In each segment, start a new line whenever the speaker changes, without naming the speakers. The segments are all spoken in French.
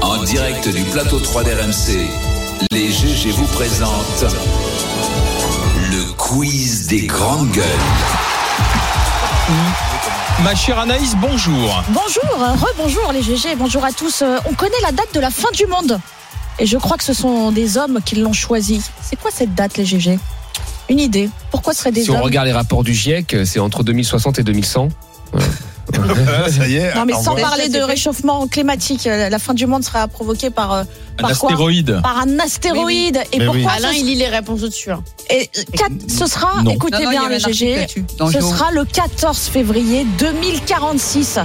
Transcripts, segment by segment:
En direct du plateau 3 d'RMC, les GG vous présentent le quiz des grandes gueules.
Ma chère Anaïs, bonjour.
Bonjour, euh, rebonjour les GG, bonjour à tous. Euh, On connaît la date de la fin du monde. Et je crois que ce sont des hommes qui l'ont choisie. C'est quoi cette date, les GG Une idée. Pourquoi ce seraient des
Si
hommes
on regarde les rapports du GIEC, c'est entre 2060 et 2100.
Ah,
Ça y est.
Non, mais
au
sans
revoir.
parler de réchauffement climatique, euh, la fin du monde sera provoquée par, euh,
Un
par quoi
astéroïde.
Par un astéroïde. Et
Mais oui.
pourquoi
Ah, Alain,
ce-
il lit les réponses au-dessus. hein.
et quatre- ce sera,
Non.
écoutez
Non, non, il y
bien
avait
les
un article
GG,
là-dessus. Dans
ce
Joe.
sera le 14 février 2046,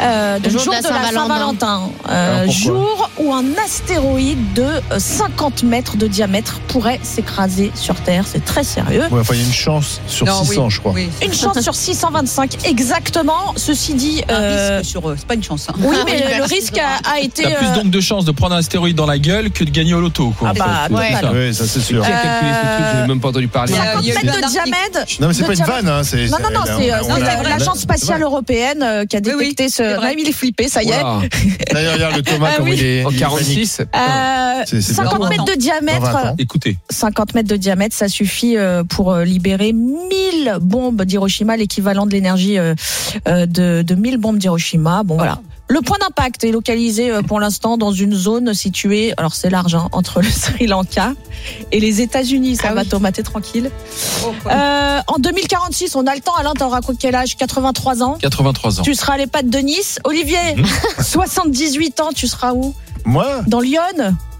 euh, donc
Le
jour,
jour de la
de la
Saint-Valentin.
Saint-Valentin, Euh,
Alors pourquoi
jour où un astéroïde de euh, 50 mètres de diamètre pourrait s'écraser sur Terre. C'est très sérieux.
Ouais, enfin, il y a une chance sur
Non,
600,
oui,
je crois.
oui.
Une chance sur 625 exactement. Ceci dit,
Un
euh,
risque sur eux. C'est pas une chance. hein.
oui,
Ah
mais
oui,
le- le
merci,
risque a, a été.
T'as plus
euh,
donc de chances de prendre un astéroïde dans la gueule que de gagner au loto. Quoi,
Ah
en fait.
bah,
C'est
ouais.
ça.
Oui, ça c'est
Euh,
sûr.
Qui a calculé ce truc J'ai même pas entendu parler.
Il y a-
50
il y a eu
mètres
un
de
article.
diamètre.
Non, mais c'est
de
pas une
diamètre.
vanne. Hein, c'est-
Non, non, non,
on-
c'est euh,
on
c'est
l'a- on l'a-
l'agence spatiale européenne euh, qui a
Oui, oui,
détecté ce.
c'est vrai.
Même il est flippé, ça y est.
Ouah,
D'ailleurs, regarde le Thomas,
Ah
comme
oui.
il est.
En
il est
46 putain.
Euh,
C'est- c'est
50
dans
mètres de
panique dans 20
diamètre,
ans.
Écoutez,
50 mètres de diamètre, ça suffit euh, pour euh, libérer 1000 bombes d'Hiroshima, l'équivalent de l'énergie euh, euh, de, de 1000 bombes d'Hiroshima. Bon, voilà. Le point d'impact est localisé euh, pour l'instant dans une zone située, alors c'est large, hein, entre le Sri Lanka et les États-Unis. Ça
Ah
va,
oui.
Thomas, t'es tranquille.
Oh, quoi.
Euh, en 2046, on a le temps. Alain, t'auras quoi- quel âge 83 ans.
83 ans.
Tu seras à l'EHPAD de Nice. Olivier, 78 ans, tu seras où
Moi,
dans Lyon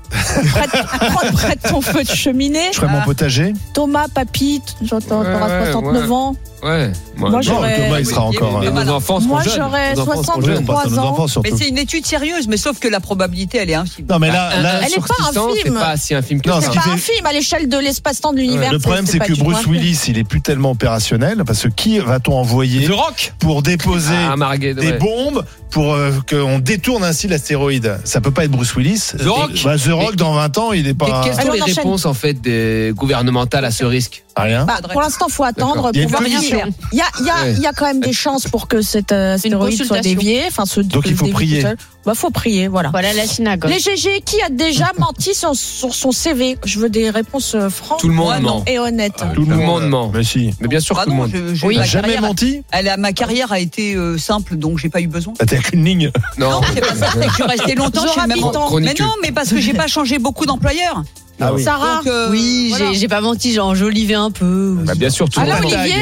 près de, près de ton feu de cheminée.
je ferais mon potager.
Thomas, papy, t- j'entends,
Ouais,
t'auras
ouais,
69 ans.
Ouais.
Moi,
Moi, non,
Non,
j'aurais-
le Thomas, il sera
Oui,
encore.
mais
euh,
nos
voilà.
enfants sont
Moi,
jeunes.
j'aurais
Nos enfants sont
oui, on
jeunes.
63
pense à nos
ans.
enfants
Mais
surtout.
c'est une étude sérieuse, mais sauf que la probabilité, elle est infime.
Non, mais là,
Un-
là,
un
Elle est
sur
pas un
600, c'est
film.
pas si un film que
Non,
ça.
C'est
qui
pas
fait-
un film à l'échelle de l'espace-temps de l'univers.
le problème, c'est
pas
que
du
Bruce
tout un film.
Willis, il est plus tellement opérationnel parce que qui va-t-on envoyer
Le rock
pour déposer
Ah, un Marguerite,
des
ouais.
bombes pour euh, qu'on détourne ainsi l'astéroïde Ça peut pas être Bruce Willis.
The Rock.
Bah, The Rock, dans 20 ans, il est
Que-
pas.
Quelles
Allez,
sont
on
les
enchaîne.
réponses en fait des gouvernementales à ce risque
Rien.
Bah, pour l'instant, faut attendre
D'accord.
Il y a
pour
une
voir.
commission.
Il y a, il y a,
Ouais.
il y a quand même des chances pour que cet euh, astéroïde soit
consultation.
dévié. Enfin, se-
Donc,
se
il faut
dévie
prier.
tout seul. Bah, faut prier, voilà.
Voilà la synagogue.
Les GG, qui a déjà menti sur, sur son CV Je veux des réponses euh, franches
Tout le monde
Ouais,
ment.
et honnêtes.
Ah
Tout le monde ment.
Mais si.
Mais bien sûr
Ah
tout le
non,
monde.
je- je-
T'as
ma,
jamais
carrière,
menti
elle a- ma carrière a été euh, simple, donc j'ai pas eu besoin.
Bah, T'as qu'une ligne.
Non.
Non, c'est pas ça. c'est que Je suis restée longtemps chez
Zora
le même
Bitton.
Mais non, mais parce que j'ai pas changé beaucoup d'employeurs.
Ah oui.
Sarah,
Donc, euh,
Oui,
voilà.
j'ai- j'ai pas menti, j'ai enjolivé un peu.
Bah, bien sûr tout le
Alain
monde. ment.
Ah Olivier,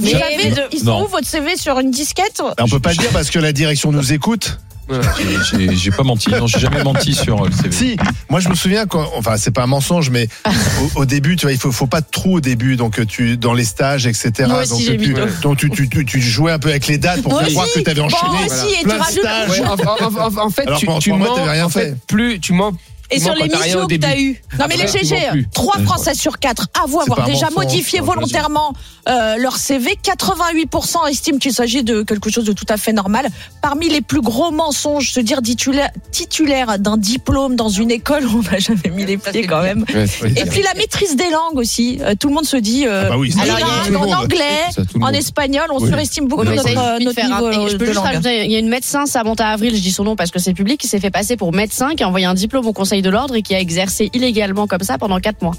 vous
Mais-
avez, il se
Non.
trouve votre CV sur une disquette
Ben, On peut pas le dire parce que la direction nous écoute.
J'ai- J'ai j'ai pas menti, non, j'ai jamais menti sur euh, le
Eh
CV.
Si, moi je me souviens quand, enfin c'est pas un mensonge, mais au, au début, tu vois, il faut, faut pas trop au début, donc euh, tu dans les stages, etc.
Moi aussi,
donc euh,
j'ai
tu,
mis
le-
donc tu, tu, tu, tu jouais un peu avec les dates pour
Moi
faire croire
aussi.
que t'avais
Bon,
enchaîné.
aussi, et
plein
tu
de
rajoutes-
stages.
Ouais, en, en- en- en fait,
Alors
tu,
pendant
tu
trois mois,
mens.
t'avais rien
en fait,
fait.
plus tu mens.
Et
sur
sur
Moi, les
les
quand t'as rien missions au
missions
que
que
t'as
t'as
début.
eues.
Non mais les
Après,
GG,
ils vont plus.
3 Français sur 4 avouent
C'est
avoir
pas un
déjà
mensonge,
modifié
moi, je veux dire.
volontairement euh, leur CV. 88% estiment qu'il s'agit de quelque chose de tout à fait normal. Parmi les plus gros mensonges, se dire titula- titulaire d'un diplôme dans une école où on n'a jamais mis les
Ça,
pieds
c'est
quand
bien.
même.
Ouais, c'est
Et
bien.
puis la maîtrise des langues aussi. Euh, tout le monde se dit euh,
Ah bah oui, c'est
bilingue
Alors, il
y a-
en anglais,
Ça, tout le
en
monde.
espagnol. On
Oui.
surestime beaucoup
Oui, mais
notre,
ça, il
euh, notre niveau euh,
je peux
de
juste
langue.
rajouter, il y a une médecin, Samantha Avril, je dis son nom parce que c'est public, qui s'est fait passer pour médecin, qui a envoyé un diplôme au Conseil de l'Ordre et qui a exercé illégalement comme ça pendant 4 mois.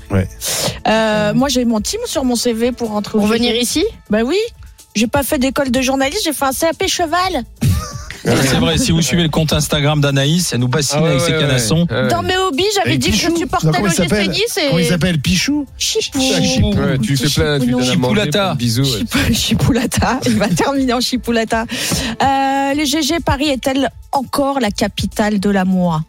Euh, moi j'ai menti sur mon CV pour rentrer au
Pour
GG.
venir ici
Bah oui, j'ai pas fait d'école de journaliste, j'ai fait un CAP cheval.
C'est
Ah,
vrai, si vous suivez le compte Instagram d'Anaïs, elle nous bassine
Ah ouais,
avec ses
ouais,
canassons.
Euh,
ouais.
Dans mes hobbies, j'avais
Avec
dit
Pichou.
que tu portais
Non, comment
le
il s'appelle
Bah,
GC Nice
Comment il
Ah,
et
s'appelle Pichou
Chipou.
Chipou.
Ouais, tu lui fais plein, tu
Chipounou.
lui donnes à manger,
Chipoulata.
plein de bisous. ouais.
Chipou- Chipoulata, il va terminer en Chipoulata. Euh, le GG Paris est-elle encore la capitale de l'amour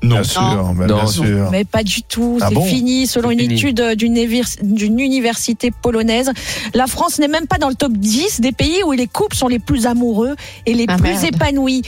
Bien sûr, bah,
Non.
bien sûr.
Mais pas du tout,
Ah
c'est
bon
fini. Selon
C'est
une
fini.
étude d'une évir- d'une université polonaise, la France n'est même pas dans le top 10 des pays où les couples sont les plus amoureux et les
Ah,
plus
merde.
épanouis.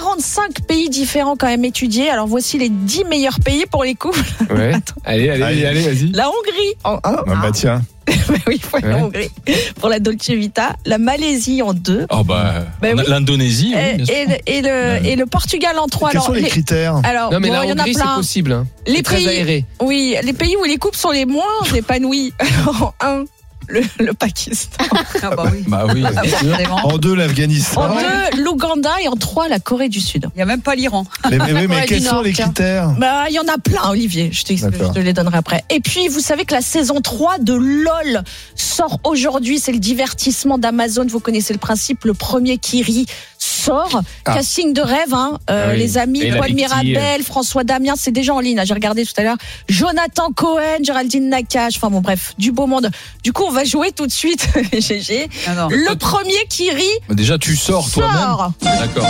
45 pays différents quand même étudiés. Alors voici les 10 meilleurs pays pour les couples.
Ouais.
Attends.
Allez, allez,
Allez.
allez, vas-y.
La Hongrie en 1.
Ah, bah tiens,
oui, faut aller en
Ouais.
Hongrie. Pour la Dolce Vita. La Malaisie en 2.
Oh bah,
Ben
on a-
oui. Eh,
l'Indonésie, oui,
Et,
bien sûr.
et le, et le- et le Portugal en 3.
quels
Alors,
sont les
les-
critères
alors,
Non, mais
bon,
la
il y en a
Hongrie, c'est
plein.
possible. Hein.
Les
C'est très
pays,
aéré.
oui, les pays où les couples sont les moins épanouis. en 1. le, le Pakistan.
Ah bah
eh.
oui.
Bah oui.
Ah, forcément.
En deux,
En
l'Afghanistan.
deux, l'Ouganda et en trois, la Corée du Sud.
Il n'y a même pas l'Iran.
Mais, mais, mais,
Corée
mais
du
quels sont
Nord,
les
tiens.
critères
Bah, il y en a plein, Olivier. Je te, je
D'accord.
te les donnerai après. Et puis, vous savez que la saison 3 de LOL sort aujourd'hui. C'est le divertissement d'Amazon. Vous connaissez le principe. Le premier qui rit sort.
Ah.
Casting de rêve, hein. Euh,
Ah oui.
Les amis,
Et la
Loan
Big T,
Mirabel, François Damien, c'est déjà en ligne. hein. J'ai regardé tout à l'heure. Jonathan Cohen, Géraldine Nakache. Enfin bon, bref, du beau monde. Du coup, on va jouer tout de suite, GG.
Ah Non, non.
Le premier qui rit
Bah, Déjà, tu sors toi-même.
sort.
D'accord.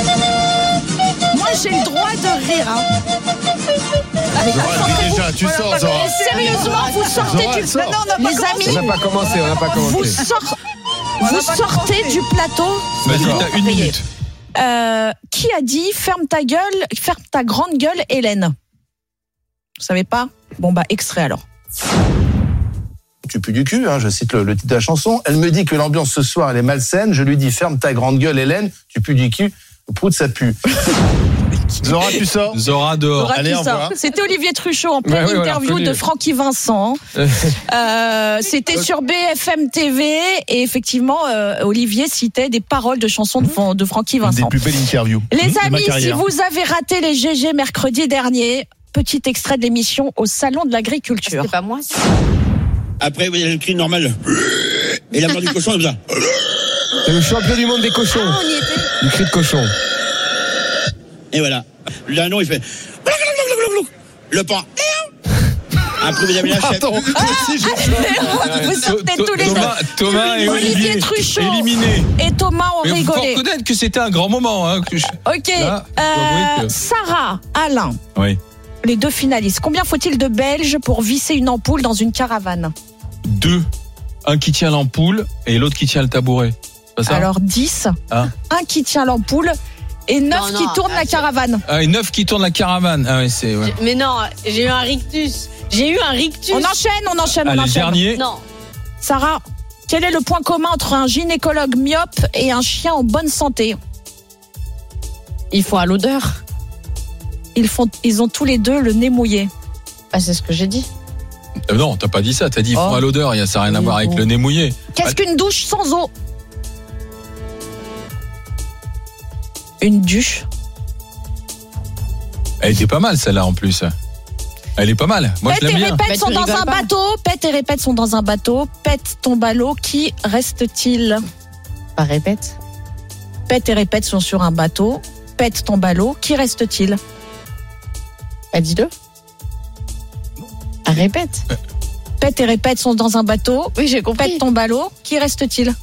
Moi, j'ai le droit de rire, hein.
Ouais, Déjà, tu sors, Zora.
Mais sérieusement, vous sortez
Zora,
du
elle sort.
Non, non, on n'a pas
Les
commencé.
On
amis,
n'a pas commencé, on n'a pas
vous,
commencé.
sort-
On
vous
n'a pas
sortez
commencé.
du plateau.
Vas-y, t'as une minute.
Euh, qui a dit ferme ta gueule, ferme ta grande gueule, Hélène Vous savez pas Bon bah extrait alors.
tu pues du cul, hein, je cite le, le titre de la chanson. Elle me dit que l'ambiance ce soir, elle est malsaine. Je lui dis, ferme ta grande gueule, Hélène, tu pues du cul. Prout, ça pue.
Zora, tu sors.
Zora
Laura
dehors.
qui
allez, au
sort.
revoir.
C'était Olivier Truchot en pleine
Ouais, ouais, ouais,
interview
reconnu.
de Francky Vincent. Euh, C'était sur BFM TV et effectivement euh, Olivier citait des paroles de chansons de, Fran- de Francky
Une des
Vincent.
plus belles interviews.
Mmh.
Les
de ma
amis, si
carrière.
vous avez raté les GG mercredi dernier, petit extrait de l'émission au salon de l'agriculture.
C'est pas moi. ça.
Après, vous avez le cri normal. Et la mort du cochon, comme ça.
C'est le champion du monde des cochons.
Ah,
On y était.
Du cri de cochon.
Et voilà. Là, non, il fait. Le porc. hein. Après, vous avez la chèvre.
Attends,
Ah, Vous sortez tous les
Ah, Thomas,
deux.
Thomas et
Olivier
Olivier.
Truchot.
Éliminés.
Et Thomas ont
Mais il faut
rigolé.
reconnaître que c'était un grand moment. Hein, que je-
Ok.
Là, je dois
euh,
avouer que-
Sarah, Alain,
Oui.
les deux finalistes. Combien faut-il de Belges pour visser une ampoule dans une caravane
Deux. Un qui tient l'ampoule et l'autre qui tient le tabouret. C'est Pas ça
Alors 10,
Ah.
un qui tient l'ampoule et 9
Non,
qui
non,
tournent la
ah,
caravane.
Ah, et neuf qui tournent la caravane. Ah, oui, c'est. Ouais.
J'ai- Mais non, j'ai eu un rictus. J'ai eu un rictus.
On enchaîne, on enchaîne, on
Allez,
enchaîne.
Ah, dernier.
Non.
Sarah, quel est le point commun entre un gynécologue myope et un chien en bonne santé
Ils font à l'odeur.
ils, font, ils ont tous les deux le nez mouillé.
Bah, c'est ce que j'ai dit.
Euh, non, t'as pas dit ça. T'as dit ils
Oh.
font à l'odeur. Il y a- Ça n'a rien à
Ils
voir avec
font-
le nez mouillé.
Qu'est-ce
Bah-
qu'une douche sans eau Une douche
Elle était pas mal celle-là en plus. Elle est pas mal. Moi je
Pète et
l'aime bien.
répète
Bah, tu
sont dans
rigoles
un
pas.
bateau. Pète et répète sont dans un bateau. Pète tombe à l'eau. Qui reste-t-il
Bah, répète.
Pète et répète sont sur un bateau. Pète tombe à l'eau. Qui reste-t-il
Bah, dis-le. Bah, répète.
Pète et répète sont dans un bateau.
Oui, j'ai
Pète
compris.
tombe à l'eau. Qui reste-t-il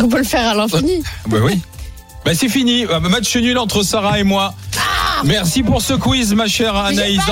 On peut le faire à l'infini.
Bah oui. Bah
Ah
c'est fini. Ah, bah, Match nul entre Sarah et moi. Merci pour ce quiz, ma chère Anaïs.